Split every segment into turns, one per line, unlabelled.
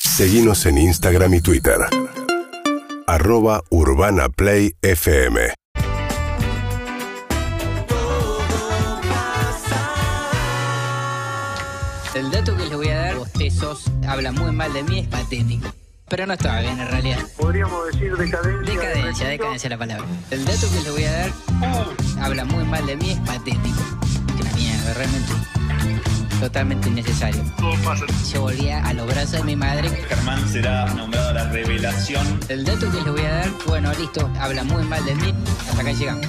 Seguimos en Instagram y Twitter. Arroba Urbana Play FM.
El dato que les voy a dar, bostezos, habla muy mal de mí, es patético. Pero no estaba bien en realidad.
podríamos decir decadencia.
Decadencia, decadencia la palabra. El dato que les voy a dar, habla muy mal de mí, es patético. Que la mierda, realmente. Totalmente innecesario.
Todo pasa.
Se volvía a los brazos de mi madre.
Germán será nombrado la revelación.
El dato que les voy a dar, bueno, listo, habla muy mal de mí. Hasta acá llegamos.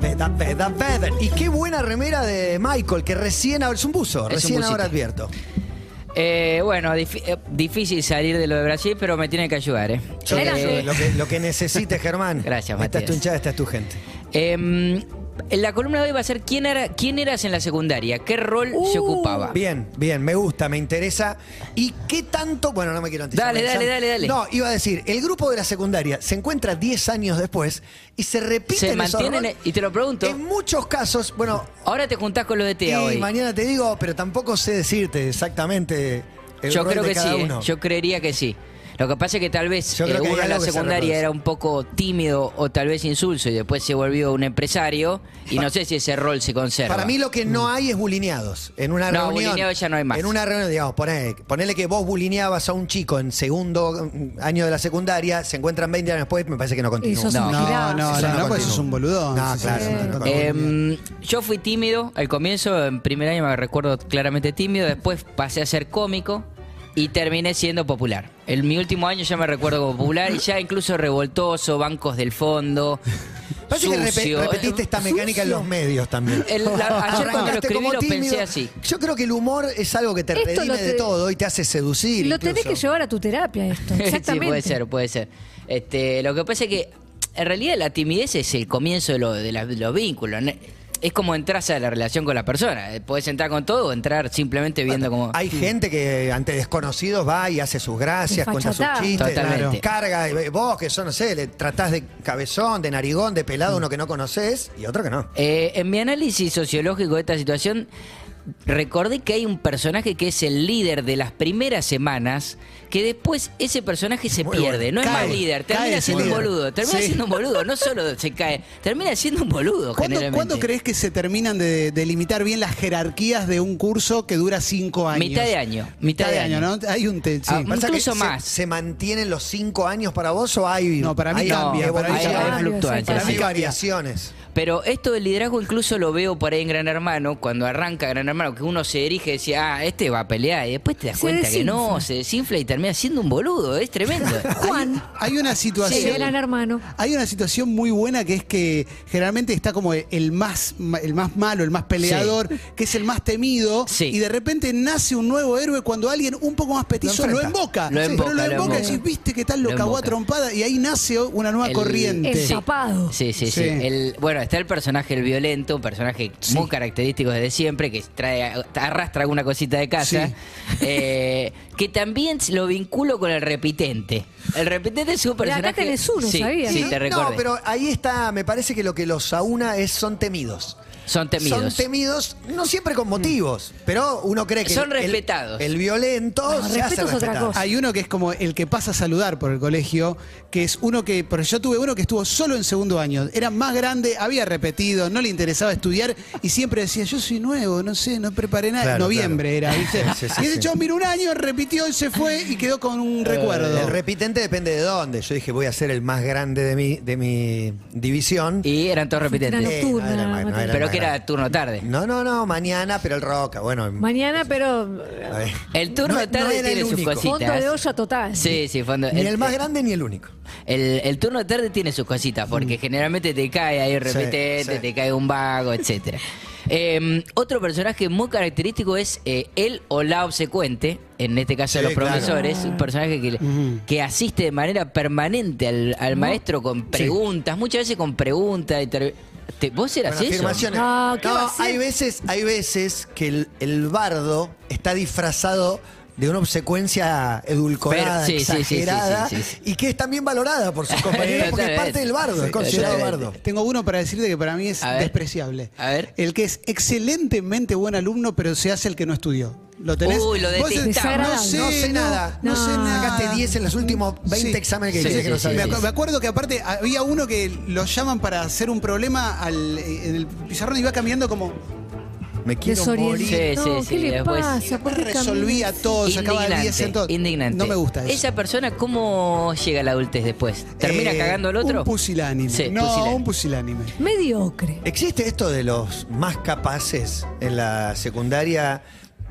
Peda, peda, peda. Y qué buena remera de Michael, que recién ahora. Es un buzo,
un
recién
bucito.
ahora advierto.
Eh, bueno, difi- eh, difícil salir de lo de Brasil, pero me tiene que ayudar, ¿eh?
Yo
Eh,
creo que lo, que, lo que necesites, Germán.
Gracias,
Esta es tu
Matías.
hinchada, esta es tu gente.
Em, la columna de hoy va a ser quién, era, quién eras en la secundaria, qué rol
Uh,
se ocupaba.
Bien, bien, me gusta, me interesa. ¿Y qué tanto? Bueno, no me quiero anticipar.
Dale, dale, dale, dale.
No, iba a decir, el grupo de la secundaria se encuentra 10 años después y se repiten
Se
esos
mantienen,
roles.
y te lo pregunto.
En muchos casos, bueno,
Ahora te juntás con los de
y
TEA hoy.
mañana te digo, pero tampoco sé decirte exactamente el
Yo
rol
creo
de
que sí,
cada
¿eh?
uno.
yo creería que sí. Lo que pasa es que tal vez
Yo
eh,
creo que hay
uno en la
algo que se
secundaria
reproduce.
era un poco tímido o tal vez insulso y después se volvió un empresario y no sé si ese rol se conserva.
Para mí lo que no hay es bulineados. En una
No,
reunión.
bulineado ya no hay más.
En una reunión, digamos, poné- ponele, que vos bulineabas a un chico en segundo mm, año de la secundaria, se encuentran 20 años después, me parece que no continúa.
Eso es
No,
un
No,
girazo.
no,
Eso
no,
no
no, pues
continúa.
es un boludo.
No,
Sí,
claro,
sí,
no, no,
no,
Eh,
Em, yo fui tímido al comienzo, en primer año me recuerdo claramente tímido, después pasé a ser cómico y terminé siendo popular. En mi último año ya me recuerdo como popular y ya incluso revoltoso, bancos del fondo.
Parece que repe-
sucio.
repetiste esta mecánica en los medios también.
El- la- ayer cuando lo
Arrancaste
escribí
como
lo
tímido.
pensé así.
Yo creo que el humor es algo que te
Esto
redime
lo
de
te-
todo y te hace seducir.
Lo tenés que
incluso.
llevar a tu terapia esto.
Sí,
Exactamente.
puede ser, puede ser. Este, lo que pasa es que en realidad la timidez es el comienzo de, lo- de la- de los vínculos. ¿no? Es como entras a la relación con la persona. Puedes entrar con todo o entrar simplemente viendo cómo.
Hay gente que ante desconocidos va y hace sus gracias, cuenta sus
Desfachatá.
chistes,
Totalmente.
carga. eh, Vos, que yo no sé, le tratás de cabezón, de narigón, de pelado
Mm.
a uno que no conoces y otro que no.
Eh, en mi análisis sociológico de esta situación, recordé que hay un personaje que es el líder de las primeras semanas, que después ese personaje se
Muy
pierde, no
bueno.
es
Cae,
más líder,
cae
termina
ese
siendo un
líder.
boludo, termina
Sí.
siendo un boludo, no solo se cae, termina siendo un boludo
¿Cuándo,
generalmente.
cuándo crees que se terminan de delimitar bien las jerarquías de un curso que dura cinco años?
Mitad de año, mitad
Mitad
de
de año, ¿no? Hay un... te- sí.
Ah,
Pasa que
Incluso
se-
más.
Se, mantienen los cinco años para vos o hay.
No, para mí
hay
cambia, para mí
hay,
evolución?
hay
cambia.
fluctuantes,
Para
Sí,
mí
sí.
cambia.
variaciones.
Pero esto del liderazgo incluso lo veo por ahí en Gran Hermano, cuando arranca Gran Hermano, que uno se dirige y decía, ah, este va a pelear, y después te das
Se
cuenta que
desinfla.
no, se desinfla y termina siendo un boludo, es tremendo.
Juan,
Hay una
sí,
situación...
gran hermano.
Hay una situación muy buena que es que generalmente está como el más, el más malo, el más peleador, que es el más temido,
Sí.
y de repente nace un nuevo héroe cuando alguien un poco más petizo
Lo
lo,
enfrenta.
emboca.
Lo emboca,
pero lo
lo
emboca y
emboca.
decís, viste que tal
Lo
lo cagó a
emboca.
trompada, y ahí nace una nueva
El-
corriente.
El zapado.
Sí, sí, sí.
Sí.
El- bueno, está el personaje el violento, un personaje muy característico desde siempre, que trae, arrastra alguna cosita de casa,
Sí.
eh, que también lo vinculo con el repitente. El repitente es un
Mirá, acá
personaje...
tenés uno,
sí,
¿sabías?
Sí,
No,
te recordé.
No, pero ahí está, me parece que lo que los aúna es son temidos.
Son temidos.
Son temidos, no siempre con motivos, pero uno cree que.
Son
el-
respetados.
El, violento
No,
se hace
respeto es otra
respetar.
cosa.
Hay uno que es como el que pasa a saludar por el colegio, que es uno que, porque yo tuve uno que estuvo solo en segundo año, era más grande, había repetido, no le interesaba estudiar y siempre decía, yo soy nuevo, no sé, no preparé nada.
Claro,
Noviembre
claro.
era, ¿viste?
Sí, sí,
y ese
sí. Eh,
chabón vino un año, repitió y se fue y quedó con un recuerdo.
El repitente depende de dónde. Yo dije, voy a ser el más grande de mi, de mi división. Eh,
Y eran todos repitentes.
Era nocturna,
no era- no era-
Pero que era turno tarde.
No, no, no, mañana, pero el roca. Bueno,
Mañana, pero eh,
a ver.
El turno
No-
de
no
tarde
era el
tiene sus
único.
cositas.
fondo de olla total.
Sí, sí, fondo.
Ni el más grande ni el único.
El, el turno de tarde tiene sus cositas,
Mm.
porque generalmente te cae ahí repetente,
sí.
te cae un vago, etcétera. Eh, otro personaje muy característico es eh, él o la obsecuente, en este caso
Sí,
los
claro.
profesores, un personaje que, que asiste de manera permanente al, al maestro con preguntas, muchas veces con preguntas. inter- te- ¿Vos eras
Con
eso?
afirmaciones.
No, ¿qué va a
no,
hacer?
hay veces, hay veces que el, el bardo está disfrazado de una obsecuencia edulcorada,
Pero- sí, sí, sí, sí,
exagerada,
sí, sí, sí.
y que es también valorada por sus compañeros, porque es
Totalmente.
parte del bardo, es considerado
Totalmente.
bardo.
Tengo uno para decirte que para mí es
A ver.
despreciable.
A ver.
El que es excelentemente buen alumno, pero se hace el que no estudió. ¿Lo tenés?
Uy, lo
Vos decís,
detestaba.
No sé,
No sé nada.
No,
No.
sé nada.
Sacaste 10 en los últimos 20
Sí.
exámenes que
Sí,
hiciste
sí,
que no
sí,
Me,
sabías.
acu- me acuerdo que aparte había uno que lo llaman para hacer un problema al, eh, en el pizarrón y va caminando como
Me quiero
Desorientado.
morir.
Sí,
No,
sí,
¿qué
sí,
le
después-
pasa? ¿Por qué
resolvía
camina?
todo, sacaba 10 en todo.
indignante.
No me gusta eso.
¿Esa persona cómo llega a la adultez después? ¿Termina
Eh,
cagando al otro?
Un pusilánime.
Sí,
no,
pusilánime.
un pusilánime.
Mediocre.
¿Existe esto de los más capaces en la secundaria?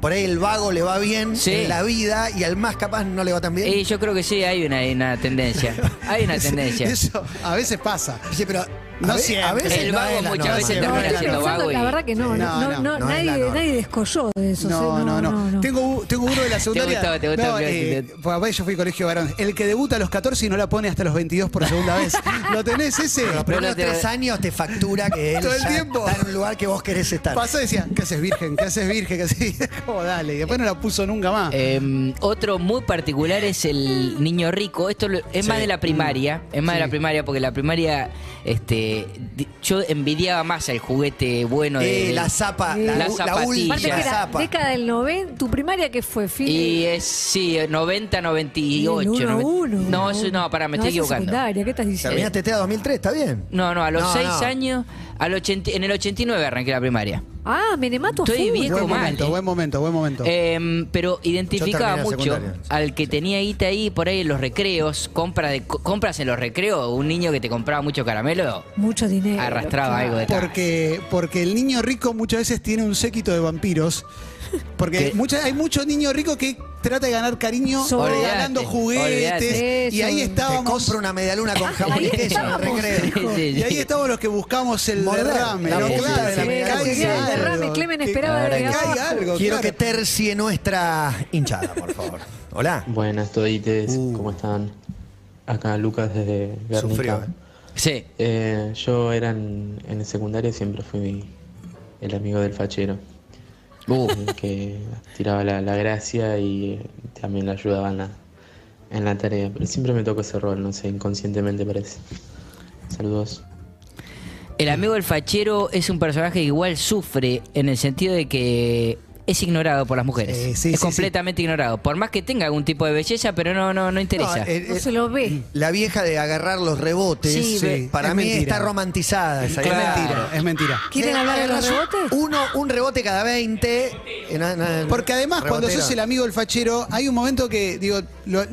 Por ahí el vago le va bien
Sí. Eh,
en la vida y al más capaz no le va tan bien.
Y yo creo que sí, hay una, hay una tendencia. Hay una tendencia.
Eso a veces pasa.
Sí, pero a
No
ve-
siempre.
a veces
El
no
vago
es la
muchas
norma.
veces
No,
termina
estoy
siendo
pensando,
vago y-
la verdad que no,
No,
no,
no,
no,
no es la
nadie,
norma.
nadie descolló de eso.
No,
¿sí?
no, no. Tengo, u- tengo uno de la secundaria.
gustó, te gustó,
no,
Florencia.
eh, pues, aparte yo fui colegio varón. El que debuta a los 14 y no la pone hasta los 22 por segunda vez. ¿Lo tenés ese?
Los primeros
te-
tres años te factura que él
Todo el
ya
tiempo.
está en un lugar que vos querés estar.
Pasó y decía, ¿qué haces virgen? ¿Qué haces virgen? ¿Qué haces? Oh, dale. Y después no la puso nunca más.
Eh, otro muy particular es el niño rico. Esto lo- es más de la primaria. Es más de la primaria, porque la primaria, este, di- yo envidiaba más el juguete bueno de.
Eh, la zapa, la,
La
u- la
zapatilla.
última
Aparte que
Ya.
era
zapa.
década del 90, tu primaria que fue, Fili?
Y es, sí, 90, 98.
El uno a
90.
uno.
no, eso no, para, me
No,
estoy
eso es
equivocando.
secundaria, ¿qué estás diciendo?
Terminaste TEA 2003, ¿está bien?
No, no, a los
No,
6
no.
años, al 80 en el 89 arranqué la primaria.
Ah, Menemato
Estoy
full.
viejo.
buen
mal,
momento,
eh.
buen momento, buen momento.
Em, pero identificaba
terminé la
mucho
secundaria.
al que tenía guita ahí por ahí en los recreos, compra de, co- compras en los recreos, un niño que te compraba mucho caramelo,
Mucho dinero.
arrastraba algo de
Porque, porque el niño rico muchas veces tiene un séquito de vampiros. Porque
¿Qué?
muchas, hay muchos niños ricos que trata de ganar cariño
Solo.
regalando
Olvídate,
juguetes.
olvídate.
Y ahí
Eso.
Te
estábamos.
compro una medialuna con jamón
Ahí
y queso en el
estábamos.
Sí,
recreo.
sí,
Y ahí
sí.
estamos los que buscamos el
Morder,
derrame.
la
¿no?
boquita
Claro,
de
que
la
caiga
boquilla.
algo,
Derrame, Clemen
que-
esperaba
que
desde
caiga
abajo.
algo,
Quiero
claro.
que tercie nuestra hinchada, por favor. Hola.
Buenas todites,
Uh.
¿cómo están? Acá Lucas desde
Sufrió, eh.
Guernica.
Sí.
Eh, yo era en, en el secundario siempre fui el amigo del fachero,
Uh,
el que tiraba la, la gracia y eh, también le ayudaba en la, en la tarea. Pero siempre me tocó ese rol, no sé, inconscientemente parece. Saludos.
El amigo del fachero es un personaje que igual sufre en el sentido de que es ignorado por las mujeres.
Sí, sí,
es
sí,
completamente ignorado. Por más que tenga algún tipo de belleza, pero no, no, no interesa.
No, eh,
No
eh,
se lo
Mm.
ve.
la vieja de agarrar los rebotes,
Sí, ve-
para
es
mí
mentira.
está romantizada. Esa
Es
idea.
mentira, es mentira.
¿Quieren
Eh,
hablar de los
agarrás
rebotes?
Uno, un rebote cada 20. Eh, na- na-
Porque además, cuando
rebotero.
sos el amigo del fachero, hay un momento que, digo, lo-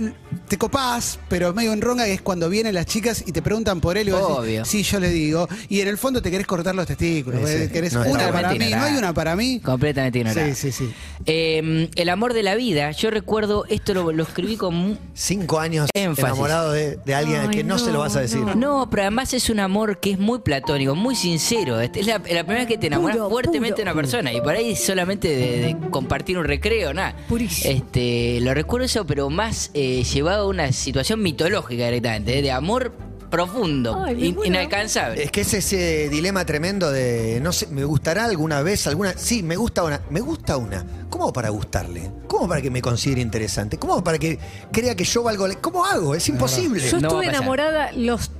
te copás, pero es medio en ronga, que es cuando vienen las chicas y te preguntan por él. Y vos
Obvio.
Decís, sí, yo le digo. Y en el fondo te querés cortar los testículos.
Sí,
eh,
sí.
querés
No,
una
está
para
Completamente
mí, no hay
ignorado.
una para mí.
Completamente ignorado.
Sí, sí, sí.
Eh, el amor de la vida, yo recuerdo, esto lo, lo escribí con... mu-
Cinco años
Énfasis.
enamorado de, de alguien al
Ay,
que no, se lo vas a decir.
no.
No, pero además es un amor que es muy platónico, muy sincero. Este, Es la, la primera vez que te enamoras
Puro,
fuertemente de
puro.
una persona y por ahí solamente de, de compartir un recreo, nada.
Purísimo.
Este, lo recuerdo eso, pero más eh, llevado a una situación mitológica directamente, eh, de amor profundo,
Ay, me
in-
muero.
inalcanzable.
Es que es ese dilema tremendo de, no sé, ¿me gustará alguna vez alguna? Sí, me gusta una. Me gusta una. ¿Cómo hago para gustarle? ¿Cómo hago para que me considere interesante? ¿Cómo hago para que crea que yo valgo? la- ¿Cómo hago? Es imposible.
Yo
No va a
estuve
pasar.
enamorada los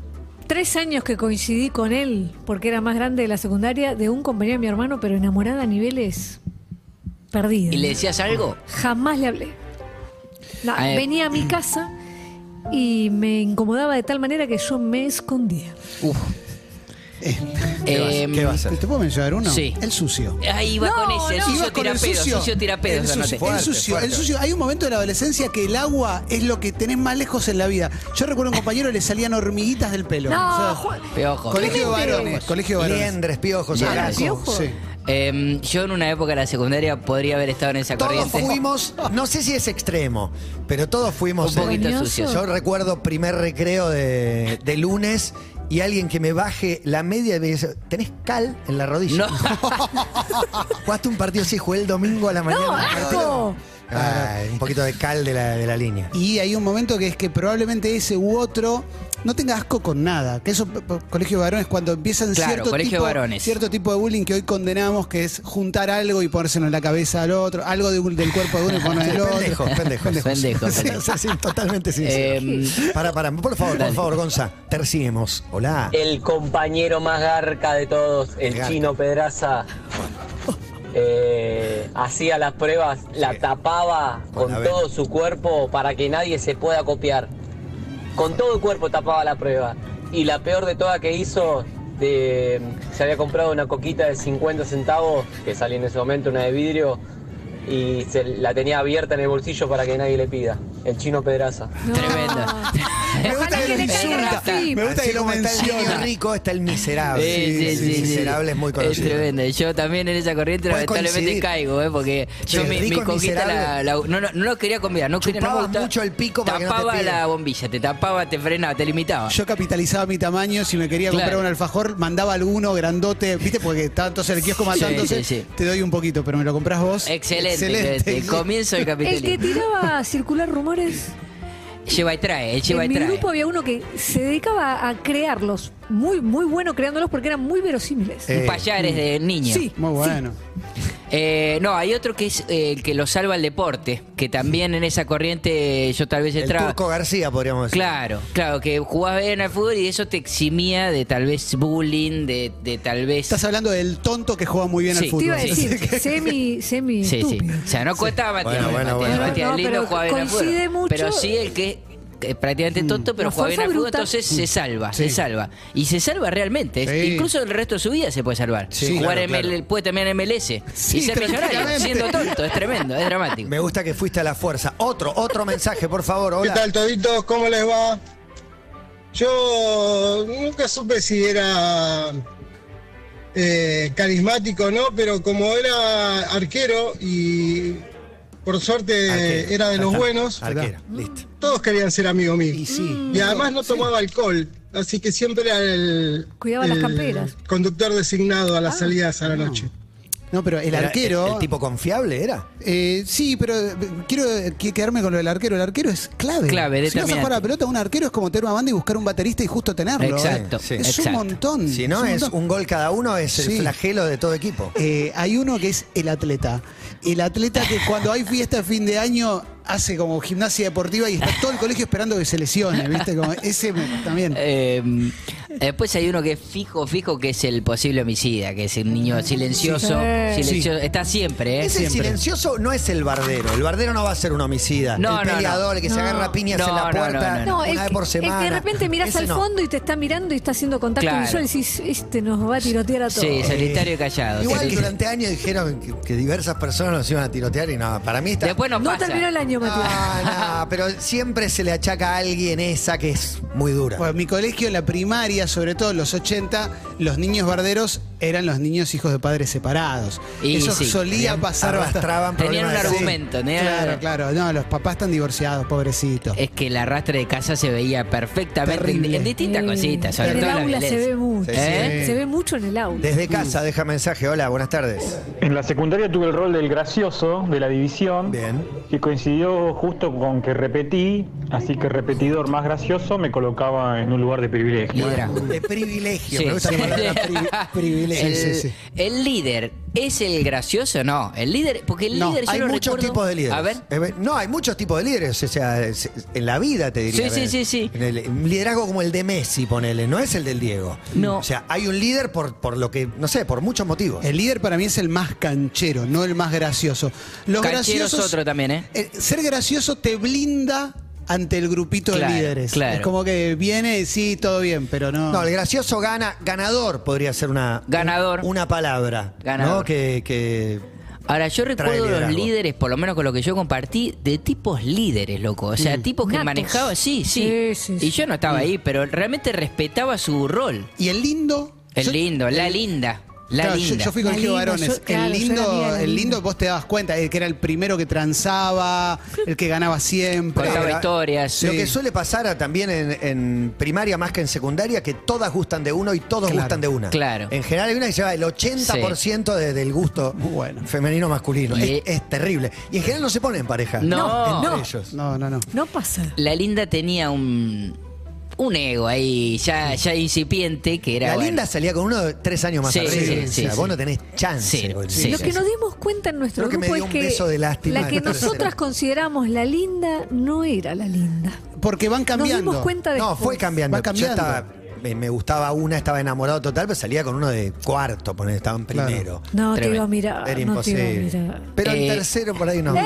tres años que coincidí con él, porque era más grande de la secundaria, de un compañero de mi hermano, pero enamorada a niveles perdidos.
¿Y le decías algo?
Jamás le hablé. No,
Ah, eh.
venía a mi casa y me incomodaba de tal manera que yo me escondía.
Uf.
Eh,
¿Qué, va a hacer?
Em,
¿Qué va a hacer?
¿Te, te puedo mencionar uno?
Sí.
El sucio.
Em, Ahí va
No,
con ese, el
no.
sucio
Ibas con el
tirapedo,
sucio.
sucio tirapedo,
El
anoté.
sucio,
Fuerte,
el sucio,
fuerte.
el sucio. Hay un momento de la adolescencia que el agua es lo que tenés más lejos en la vida. Yo recuerdo a un compañero le salían hormiguitas del pelo.
No,
O sea,
Juan-
Peojo.
colegio de
Clemente.
varones. Colegio de varones.
Liendres, piojos,
Ya,
agasas.
¿piojo?
Sí.
Em, yo en una época de la secundaria podría haber estado en esa
Todos
corriente.
fuimos, no sé si es extremo, pero todos fuimos.
Un poquito
eh,
sucio.
Yo recuerdo primer recreo de, de lunes y alguien que me baje la media y me dice, ¿tenés cal en la rodilla? Jugaste un partido así, jugué el domingo a la mañana.
¡No,
un partido.
asco!
Ay, un poquito de cal de la, de la línea.
Y hay un momento que es que probablemente ese u otro no tenga asco con nada. Que eso, p- p- colegio de varones, cuando empiezan
Claro,
cierto,
colegio de
tipo,
varones.
cierto tipo de bullying que hoy condenamos, que es juntar algo y ponérselo en la cabeza al otro, algo de un- del cuerpo de uno y ponerlo en el otro.
Pendejos, pendejos.
Pendejos,
Sí,
pendejos.
sí, sí, totalmente sincero.
Em,
para, para, por favor, por favor, Gonza, terciemos. Hola.
El compañero más garca de todos, el
Garca.
chino Pedraza. eh, hacía las pruebas, la tapaba
Con
con
la
todo
vena.
su cuerpo para que nadie se pueda copiar. Con todo el cuerpo tapaba la prueba. Y la peor de todas que hizo, de- se había comprado una coquita de 50 centavos, que salía en ese momento una de vidrio, y se la tenía abierta en el bolsillo para que nadie le pida. El chino pedraza.
No.
Tremendo.
Me gusta
Ojalá
que
que
lo
le caiga la
insulta.
FIP.
Me gusta
Así
que lo
como está el niño
menciona.
rico, está el miserable.
Sí, sí, sí,
el
sí,
miserable
sí.
es muy conocido.
tremendo. Yo también en esa corriente
Puede
lamentablemente
coincidir.
caigo, ¿eh? porque yo
Sí,
mi, mi
rico y
coquita la,
miserable.
la- no, no, no lo quería combinar. No quería, no me
Chupabas
gustaba.
mucho el pico para que no te
Tapaba
pidan.
la bombilla, te tapaba, te frenaba, te limitaba.
Yo capitalizaba mi tamaño, si me quería
Claro.
comprar un alfajor, mandaba alguno grandote, ¿viste? Porque estaba entonces el kiosco
sí,
matándose.
sí.
Te doy un poquito, pero me lo compras vos.
Excelente, excelente. El comienzo del
El que
capitalismo.
tiraba a circular rumores.
Lleva y trae, él lleva
en
y
mi
trae.
grupo había uno que se dedicaba a crearlos. Muy, muy bueno creándolos porque eran muy verosímiles.
Eh,
Payares de niño.
Sí.
Muy bueno.
Eh, no, hay otro que es eh, el que lo salva el deporte, que también en esa corriente yo tal vez
el
entraba.
turco García, podríamos decir.
Claro, claro, que jugabas bien al fútbol y eso te eximía de tal vez bullying, de, de tal vez...
Estás hablando del tonto que juega muy bien
Sí.
al
Te
fútbol.
iba a decir, semi, semi
Sí, sí.
estúpido.
O sea, no contaba Matías.
Bueno, bueno,
Matías,
bueno.
Matías
No, no,
Lindo
pero
jugaba bien al fútbol.
coincide mucho-
Pero sí el que es prácticamente tonto, pero
Una
juega bien al
fuerza
fútbol,
bruta. Mm.
entonces se salva, se
Sí.
salva. Y se salva realmente.
Sí.
Incluso el resto de su vida se puede salvar.
Sí,
Jugar
claro,
ML puede también en MLS y
Sí,
ser millonario
tranquilamente.
siendo tonto. Es tremendo, es dramático.
Me gusta que fuiste a la fuerza. Otro, otro mensaje, por favor. Hola.
¿Qué tal, toditos? ¿Cómo les va? Yo nunca supe si era eh, carismático o no, pero como era arquero y por suerte
Arquero.
Eh, era de los
Ajá.
buenos,
Arquero, listo.
todos querían ser amigos míos.
Y sí.
Mm.
Y además no tomaba alcohol, así que siempre era el,
Cuidaba las
el
camperas.
conductor designado a las salidas a la noche.
No, pero el
Ah. Era-
arquero.
El, el tipo confiable era.
Eh, sí, pero eh, quiero eh, que- quedarme con lo del arquero. El arquero es clave.
Clave,
si vas a
determinante.
jugar a la pelota, un arquero es como tener una banda y buscar un baterista y justo tenerlo.
Exacto,
¿eh?
sí.
Es
exacto.
un
Mm,
montón.
Si no, es
montón.
un gol cada uno, es el
Sí.
flagelo de todo equipo.
Eh, hay uno que es el atleta. El atleta que cuando hay fiesta de fin de año hace como gimnasia deportiva y está todo el colegio esperando que se lesione, ¿viste? Como ese me- también.
Eh, después hay uno que es fijo, fijo, que es el posible homicida, que es un niño silencioso.
Ah, Sí.
silencioso Está siempre, ¿eh?
Es el
siempre.
silencioso, no es el bardero. El bardero no va a ser un homicida.
No,
el
no,
peleador, el que se
no.
agarra a piñas
No,
en la
no,
puerta
no,
No,
una
el,
vez
que-
por
el
semana.
que de repente mirás
Ese
al
no.
fondo y te está mirando y está haciendo contacto
Claro.
visual y decís, este nos va a tirotear a todos.
Sí, solitario y callado.
Igual
solitario.
durante años dijeron que, que diversas personas nos iban a tirotear y no, para mí está... Ah,
Después nos
no
pasa.
terminó el año, Matías.
No, no, pero siempre se le achaca a alguien esa que es muy dura.
Bueno, mi colegio, en la primaria, sobre todo en los 80, los niños barderos eran los niños hijos de padres separados.
Y
Eso
sí.
solía pasar bastante.
arrastraban
Tenían un
problemas de-
argumento, tenían-
Claro, claro. No, los papás están divorciados, pobrecitos.
Es que el arrastre de casa se veía perfectamente en- en,
Terrible.
distintas
Eh,
cositas, sobre
en el
todo la
aula se
violencia.
ve mucho.
Sí, sí.
¿Eh?
Se ve mucho en el aula.
Desde casa, deja mensaje. Hola, buenas tardes.
En la secundaria tuve el rol del gracioso de la división,
Bien.
que coincidió justo con que repetí, así que repetidor más gracioso me colocaba en un lugar de privilegio.
Liderazgo.
De Eh, privilegio,
Sí,
me gusta
sí.
la palabra privilegio.
privilegio.
El,
Sí, sí, sí.
el líder es el gracioso, no. El líder, porque el
No,
líder yo
Oh, hay
lo
muchos
recuerdo-
tipos de líderes.
A ver,
Eh, ve- No, hay muchos tipos de líderes. O sea, es- en la vida te diría.
Sí, sí, sí, sí.
En el- un liderazgo como el de Messi, ponele, no es el del Diego.
No.
O sea, hay un líder por, por lo que, no sé, por muchos motivos.
El líder para mí es el más canchero, no el más gracioso. Los
Canchero es
graciosos,
otro también, ¿eh?
Eh, ser gracioso te blinda ante el grupito
Claro,
de líderes.
claro.
Es como que viene, sí, todo bien, pero no.
no, el gracioso gana, ganador podría ser una,
Ganador.
una palabra.
Ganador.
¿no? Que, que-
Ahora, yo recuerdo los
liderazgo.
líderes, por lo menos con lo que yo compartí, de tipos líderes, loco. O sea, tipos que
Mm. Natos.
manejaban, sí, sí.
Sí, sí, sí.
Y yo no estaba
Mm.
ahí, pero realmente respetaba su rol.
Y el lindo.
El
yo-
lindo, la linda. La
Claro, yo-
linda.
Yo, fui con
La
Gio
linda,
Varones.
yo- claro,
el
yo era amiga de
lindo,
la
el
linda.
lindo, vos te dabas cuenta, el que era el primero que transaba, el que ganaba siempre.
Contaba
Era-
historias.
Lo que suele pasar a- también en, en primaria más que en secundaria, que todas gustan de uno y todos
Claro,
gustan de una.
claro.
En general hay una que lleva el 80% de- del gusto
Muy bueno.
femenino masculino.
Y-
es, es terrible. Y en general no se pone en pareja.
No.
entre ellos.
No, no, no.
No pasa.
La linda tenía un, un ego ahí, ya, ya incipiente, que era.
la
bueno,
linda salía con uno de tres años más
Sí,
arriba.
sí,
o
sí,
sea,
sí.
vos no tenés chance.
Sí,
boludo.
sí,
Lo
sí.
que nos dimos cuenta en nuestro
Creo que me
grupo
dio
es
un
que
beso de lástima
la
de
que
la tercera.
nosotras consideramos la linda no era la linda.
Porque van
Nos
cambiando.
dimos cuenta de
No, fue cambiando.
Va cambiando.
Yo estaba me, me gustaba una, estaba enamorado total, pero salía con uno de cuarto, poner, estaban
Claro.
primero.
No te
Tremendo.
iba a mirar.
Era
no te iba a
imposible.
mirar.
Pero el
Eh,
tercero por ahí no. no,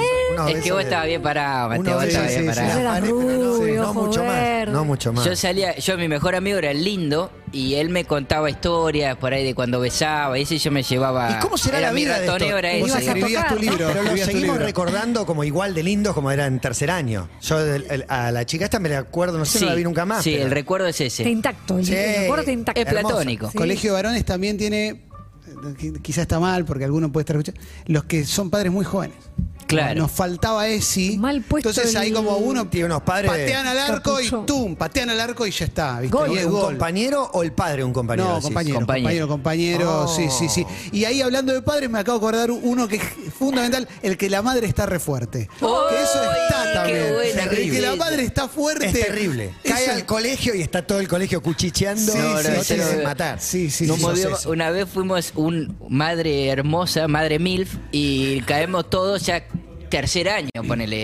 es que
eso
vos
de-
estabas bien parado,
uno
Mateo, vos
de-
estabas
sí,
bien
sí,
parado.
sí,
Era
Mane, pero no,
rubio,
no mucho más.
joder.
No mucho más.
Yo salía, yo mi mejor amigo era el lindo y él me contaba historias por ahí de cuando besaba y ese yo me llevaba.
¿Y cómo será
era
la
mi
vida de
ratonero,
esto?
era
Vos
ese.
Ibas a
escribías tu
tocar, ¿no?
libro.
Pero lo
escribías tu
seguimos
libro.
recordando como igual de lindos como era en tercer año. Yo del- el- a la chica esta me la acuerdo, no sé, no la vi nunca más.
sí,
pero-
el recuerdo es
Está
ese.
intacto. El,
Sí.
el recuerdo está intacto.
Es platónico.
Sí.
Colegio de varones también tiene, quizás está mal porque alguno puede estar escuchando, los que son padres muy jóvenes.
Claro.
Nos faltaba ESI.
Mal puesto
Entonces ahí
el-
como uno
Tiene unos padres-
patean al arco
Capucho.
y tum, patean al arco y ya está, ¿viste?
¿Y
Y
es
es
un
gol.
compañero o el padre de un compañero?
No,
decís?
compañero,
Compañero.
compañero, compañero,
Oh.
sí, sí, sí. Y ahí hablando de padres me acabo de acordar uno que es fundamental, el que la madre está re fuerte.
¡Oh!
que eso
¡Qué
está también.
buena!
el que la madre está fuerte.
Es
Este
terrible.
Eso
Cae
es-
al colegio y está todo el colegio cuchicheando.
Sí,
no,
sí,
no,
sí,
te lo
sí.
deben matar.
Sí, sí,
No
sí.
movió-
Sos eso.
Una vez fuimos un madre hermosa, madre MILF, y caemos todos ya tercer año, ponele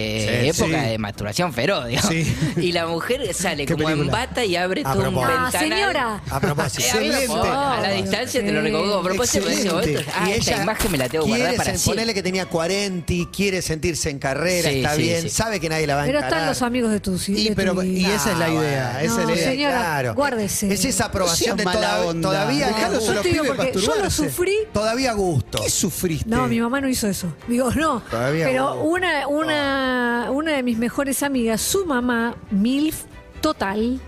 Sí,
época
sí.
de maturación feroz, digamos.
Sí.
Y la mujer sale
Qué
como en
película.
bata y abre
A
todo un
propósito.
ventanal.
Ah, señora.
A propósito.
Eh, a mí me
Excelente.
jodó, A la
Oh,
distancia te lo
sí.
recogió a propósito en ese
Excelente.
momento. Ah,
Y
esta
ella
imagen me la tengo
quiere
guardada para
sen-
siempre.
Ponele que tenía 40, y quiere sentirse en carrera,
Sí,
está
sí,
bien,
sí.
sabe que nadie la va a
Pero
encarar.
están los amigos de tu
Y,
de
pero-
tu-
y esa es la idea.
bueno,
esa es
no,
la idea.
señora, guárdese.
Es esa
No
aprobación de
seas mala
toda-
onda.
todavía.
Dejalo
gusto.
solo
Yo te digo porque yo lo sufrí.
Todavía gusto.
¿Qué sufriste?
No, mi mamá no hizo eso. Digo, no.
Todavía
pero
no.
una, una, una de mis mejores amigas, su mamá, MILF, total.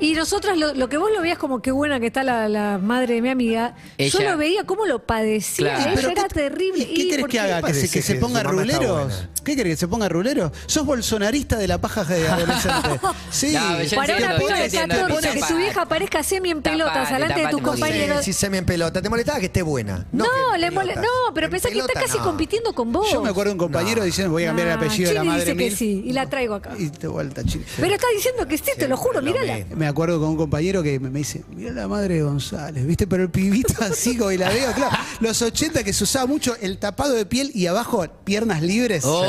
Y nosotras, lo, lo que vos lo veías como qué buena que está la, la madre de mi amiga, yo
Ella-
lo veía como lo padecía.
Claro.
Ella
Ah, Pero
era
¿qué-
terrible.
¿y ¿Qué querés
porque-
que haga? ¿Que se,
Parece
que se
que
ponga
su mamá está
ruleros?
buena.
¿Qué querés que se ponga ruleros? ¿Sos bolsonarista de la paja de adolescente? Sí.
No, pero yo
Para
entiendo,
una
yo
piba de
entiendo,
14, que
tapate.
su vieja aparezca semi en pelotas
Tapate,
delante de
tapate,
tus
porque-
compañeros.
Sí, se me en pelota. ¿Te molestaba que esté buena?
No,
que
le
en
mole-
pelotas.
no, pero
En
pensá que está
pelota,
casi
no.
compitiendo con vos.
Yo me acuerdo de un compañero
No.
diciendo voy a cambiar el
Ah,
apellido de la
Chile
madre
dice que
mil.
sí, y la traigo acá.
Y de vuelta, Chile.
Pero está diciendo que sí, te lo juro,
Siempre lo
mirala.
mismo.
Me acuerdo con un compañero que me me dice, mira la madre de González, ¿viste? Pero el pibito así, como y la veo, claro. Los 80 que se usaba mucho el tapado de piel y abajo piernas libres.
Oh,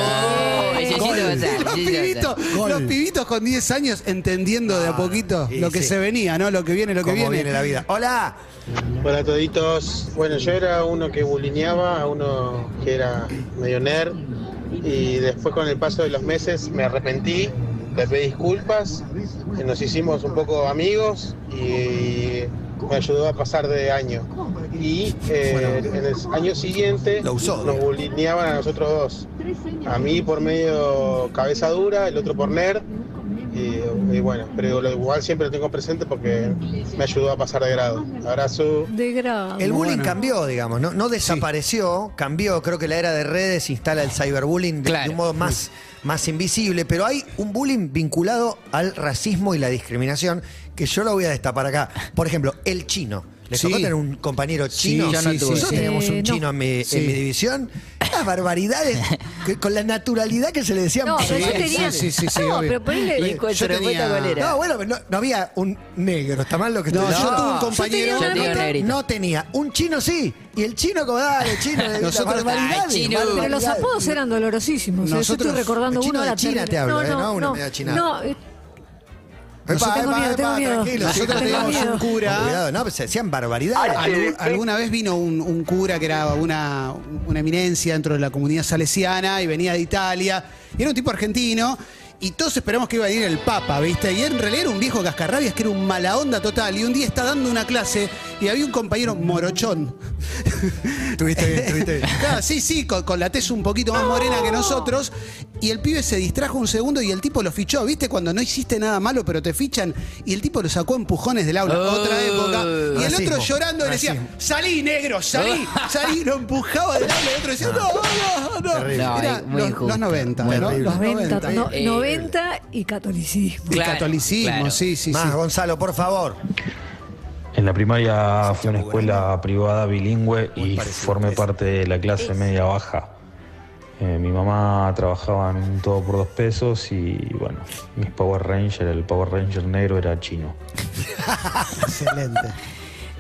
ese sí
Gol.
lo vas a-
Los
ese sí lo vas a-
pibitos,
Gol.
los pibitos con 10 años entendiendo de a poquito
y
lo que
sí.
se venía, ¿no? Lo que viene, lo que
Cómo
viene.
viene la vida. Hola.
Hola toditos. Bueno, yo era uno que bulineaba, uno que era medio nerd y después con el paso de los meses me arrepentí, le pedí disculpas, y nos hicimos un poco amigos y me ayudó a pasar de año. Y eh, en el año siguiente
Lo usó,
nos
digo.
bulineaban a nosotros dos. A mí por medio cabeza dura, el otro por nerd. Y, y bueno, pero lo- igual siempre lo tengo presente porque me ayudó a pasar de grado. Abrazo.
De grado.
El bullying
Bueno.
cambió, digamos, no, no desapareció, cambió, creo que la era de redes instala el cyberbullying de,
Claro.
de un modo más, más invisible, pero hay un bullying vinculado al racismo y la discriminación que yo lo voy a destapar acá. Por ejemplo, el chino. ¿Les
Sí.
tocó tener un compañero chino?
yo no tuve.
Nosotros
Sí.
teníamos un
Eh,
chino en, mi,
Sí.
en mi división. Las barbaridades, que- con la naturalidad que se le decían.
No, pero
Sí.
yo tenía.
sí, sí, sí,
no,
obvio.
pero ponele.
¿Y cuál
Yo
se
tenía-
cuál era?
No, bueno, pero no, no había un negro, está mal lo que
No,
estoy
yo
diciendo.
tuve
tenía
un compañero.
una
Yo tenía
no,
un
nota-
negrito.
tenía. Un chino sí. Y el chino, como dale, chino, de
Nosotros-
las barbaridades,
Ay, chino.
barbaridades.
Pero los apodos eran dolorosísimos. ¿eh?
Nosotros-
Yo estoy recordando
de chino
uno
de
era
China
terrible.
te hablo, ¿eh?
no,
No,
no,
uno
no,
medio chinado.
No, eh,
Epa,
Yo tengo
epa,
miedo,
epa,
tengo miedo.
tranquilo,
Nosotros
Tengo
teníamos
miedo.
un
Con
cura.
cuidado, no, pero se decían barbaridades.
Algu- alguna vez vino un, un cura que era una, una eminencia dentro de la comunidad salesiana y venía de Italia. Y era un tipo argentino. Y todos esperamos que iba a venir el Papa, ¿viste? Y en realidad era un viejo cascarrabias que era un mala onda total. Y un día está dando una clase y había un compañero morochón.
Estuviste bien, estuviste bien.
Claro, sí, sí, con, con la tez un poquito más morena que nosotros. Y el pibe se distrajo un segundo y el tipo lo fichó, ¿viste? Cuando no hiciste nada malo, pero te fichan. Y el tipo lo sacó a empujones del aula.
Oh,
Otra época. Y el
racismo,
otro llorando le decía,
racismo.
salí, negro, salí, salí. Lo empujaba del aula y el otro decía, no, no, no.
Terrible.
Era
No, muy
los,
injusto,
los 90, ¿no?
terrible.
Los
90,
90.
no,
Eh,
90 y catolicismo.
El
Claro,
catolicismo,
claro.
sí, sí,
Más,
sí.
Gonzalo, por favor.
En la primaria fui a una
muy bueno.
escuela privada bilingüe
Muy
y
parecido
formé
es.
parte de la clase media baja. Eh, mi mamá trabajaba en un todo por dos pesos y bueno, mis Power Ranger, el Power Ranger negro era chino.
Excelente.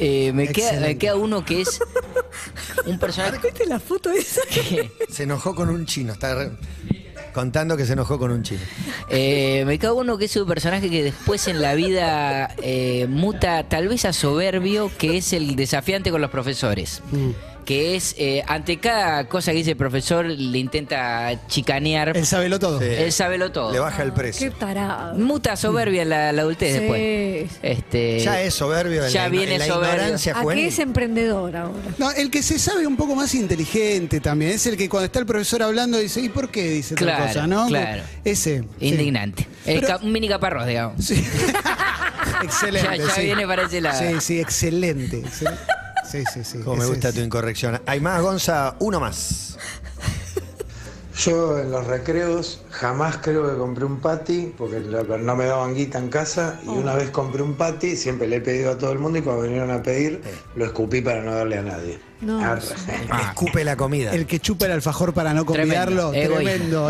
Eh, me, queda, me
Excelente.
queda uno que es un personaje
¿Viste la foto esa?
que,
Se enojó con un chino. Está re- contando que se enojó con un chino.
Eh, me cago en uno que es un personaje que después en la vida eh, muta tal vez a soberbio, que es el desafiante con los profesores. Que es, eh, ante cada cosa que dice el profesor, le intenta chicanear.
Él sabelo todo.
Él sabelo todo.
Le baja el precio.
Qué tarado.
Muta soberbia en la, la adultez
Sí.
después. Este,
Ya es soberbio. en
Ya
la, igno-
viene
en la
soberbio.
ignorancia
¿A
juvenil.
qué es emprendedor ahora?
No, el que se sabe un poco más inteligente también. Es el que cuando está el profesor hablando dice, ¿y por qué dice
Claro,
tal cosa? ¿no?
claro.
Ese. sí.
Indignante. El ca- un mini caparrós, digamos.
Sí. excelente.
Ya- ya
sí.
viene para ese lado.
Sí, sí, excelente. excelente. Sí, sí, sí.
Como me
ese
gusta
es.
tu incorrección. Hay más, Gonza, uno más.
Yo en los recreos jamás creo que compré un patty porque lo- no me daban guita en casa y
Oh.
una vez compré un patty, siempre le he pedido a todo el mundo y cuando vinieron a pedir lo escupí para no darle a nadie.
No.
Arre.
Escupe la comida.
Ah. El que chupa el alfajor para no convidarlo.
Tremendo,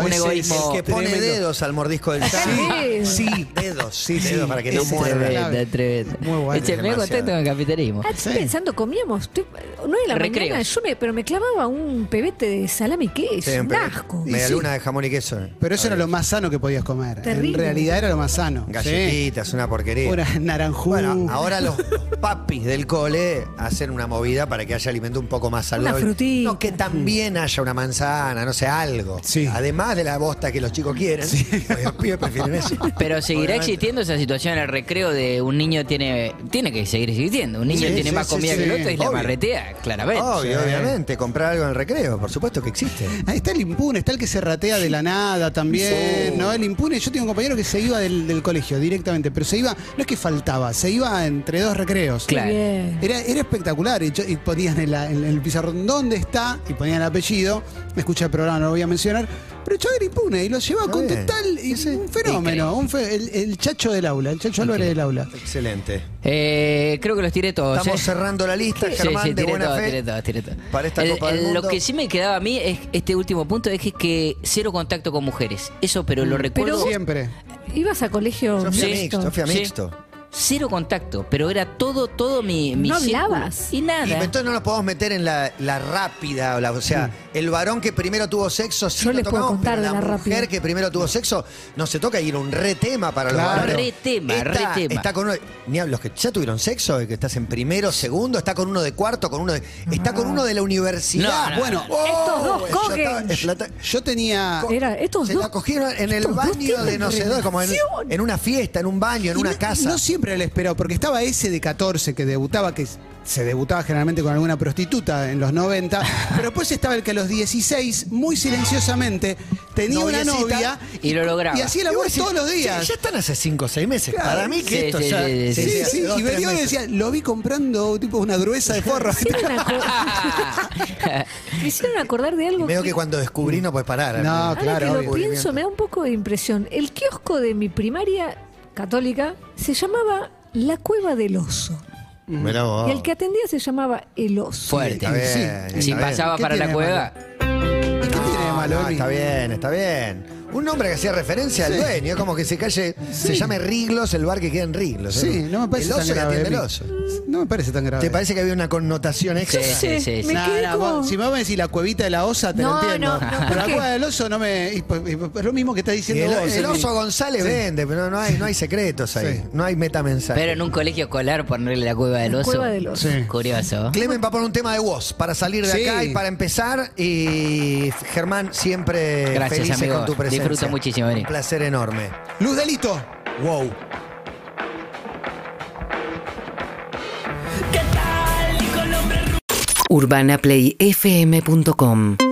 egoísmo.
Tremendo.
Un
ese es
egoísmo.
El que pone
tremendo.
dedos al mordisco del sándwich.
Sí.
Sí.
Dedos,
Sí, sí.
dedos para que no
Ese
muerda.
tremendo.
Tremenda, tremenda.
Muy bueno.
Este, me voy
Demasiado.
contento con el capitalismo.
Ah, estoy
Sí.
pensando, comíamos. estoy- no de la
Recreo.
mañana, yo me, pero me clavaba un pebete de salami y queso.
Sí,
un
pero-
asco.
Media
sí.
luna de jamón y queso. eh.
Pero eso era lo más sano que podías comer. En
Terrible.
realidad era lo más sano.
Galletitas, una
Sí. Uh.
porquería.
Una naranjuna.
Bueno, ahora los papis del cole hacen una movida para que haya alimento un poco más saludable.
frutita.
No, que también haya una manzana, no sé, algo.
Sí.
Además de la bosta que los chicos quieren, pues los pibes prefieren eso.
Pero seguirá
Obviamente.
existiendo esa situación en el recreo de un niño tiene tiene que seguir existiendo. Un niño
Sí,
tiene
sí,
más
sí,
comida
sí.
que el otro y la
Obvio.
marretea, claramente.
Obvio,
Sí.
obviamente, comprar algo en el recreo, por supuesto que existe.
Ahí está el impune, está el que se ratea de la nada también, ¿no? El impune, yo tengo un compañero que se iba del, del colegio directamente, pero se iba, no es que faltaba, se iba entre dos recreos.
Claro.
Bien.
Era, era espectacular, y, yo- y ponían en, la- en el pizarrón dónde está, y ponían el apellido, me escucha el programa, no lo voy a mencionar, pero yo era impune y lo llevaba
Está
con
bien.
total, y, un fenómeno, un fe- el, el chacho del aula, el chacho Álvarez del aula.
Excelente.
Eh, creo que los tiré todos.
Estamos
¿eh?
cerrando la lista,
Sí,
Germán,
sí,
de
tiré
buena
todos,
fe.
tiré todos, tiré todos.
Para esta
El-
Copa del
el-
Mundo.
Lo que sí me quedaba a mí es este último punto, es que, que cero contacto con mujeres. Eso, pero
Mm,
lo recuerdo.
vos-
Siempre.
Ibas a colegio.
Yo fui a
Sí.
mixto, yo fui a
Sí.
mixto.
Cero contacto, pero era todo, todo mi, mi
No
círculo.
hablabas.
Y nada.
Y entonces no nos podemos meter en la, la rápida, o, la- o sea, el varón que primero tuvo sexo, sí
Yo
lo
les puedo
tocamos,
contar
pero
de
la,
la
mujer
rápida.
que primero tuvo sexo, no se toca ir un re tema para los
Claro.
varones.
Re tema,
Esta
re tema.
Está con uno, ni hab- los que ya tuvieron sexo, el que estás en primero, segundo, está con uno de cuarto, con uno de, está con uno de la universidad.
No, no,
bueno,
no.
Estos dos
yo
cogen.
estaba- es plata-
Yo tenía...
Era, estos
se
dos-
la cogieron en el
estos dos
baño de
tienen
no sé dónde, como en,
relación.
en una fiesta, en un baño, en
Y
una
no-
casa.
No siempre el esperado, porque estaba ese de 14 que debutaba, que se debutaba generalmente con alguna prostituta en los 90, pero después estaba el que a los 16, muy silenciosamente, tenía una
Noviecita.
novia
Y lo lograba.
Y hacía el
Y vos
amor
decís,
todos los días.
"Che, Ya están hace 5 o 6 meses.
Claro.
Para mí que
Sí,
esto
sí,
ya.
sí, sí,
Sí, sí,
hace dos,
y
tres
venía y
meses.
decía, lo vi comprando tipo una gruesa de forro.
Me hicieron, acor- me hicieron acordar de algo.
Medio que cuando descubrí no puedes parar.
No,
Amigo.
Ah,
ahora
claro,
que
obvio.
lo pienso, me da un poco de impresión. El kiosco de mi primaria católica se llamaba La Cueva del Oso.
Mirá vos.
Y mm, el que atendía se llamaba El Oso.
Fuerte.
Está bien, está
si
bien.
pasaba
¿Qué
para la
tiene de
cueva,
¿Y qué tiene de
No,
malo?
no,
Oli?
Ah, está bien, está bien. Un nombre que hacía referencia al dueño, es como que se calle, se llame Riglos, el bar que queda en Riglos. ¿eh?
Sí, no me parece
El
tan
oso que
grave.
atiende el
Eli.
oso.
No me parece tan grave.
¿Te parece que había una connotación extra?
Sí, sí, sí, sí.
Me
No,
quedé
no,
como-
vos- si vos me decís la cuevita de la osa, te
No,
lo
no,
entiendo.
no,
pero la
¿por qué?
cueva del oso no me. y- y- y- es lo mismo que estás
Y
diciendo
El,
vos.
el
Eli.
oso González vende, pero no hay, no hay secretos ahí.
Sí.
No hay metamensajes.
pero en un colegio escolar ponerle la cueva del
La
oso.
cueva del oso.
Sí.
Curioso.
Clemen va a poner un tema de voz para salir de
Sí.
acá y para empezar. Y Germán, siempre
Gracias,
felices
amigo.
con tu presencia.
Disfruto muchísimo, vení.
Un placer enorme.
Luz Delito.
Wow.
urbanaplayfm.com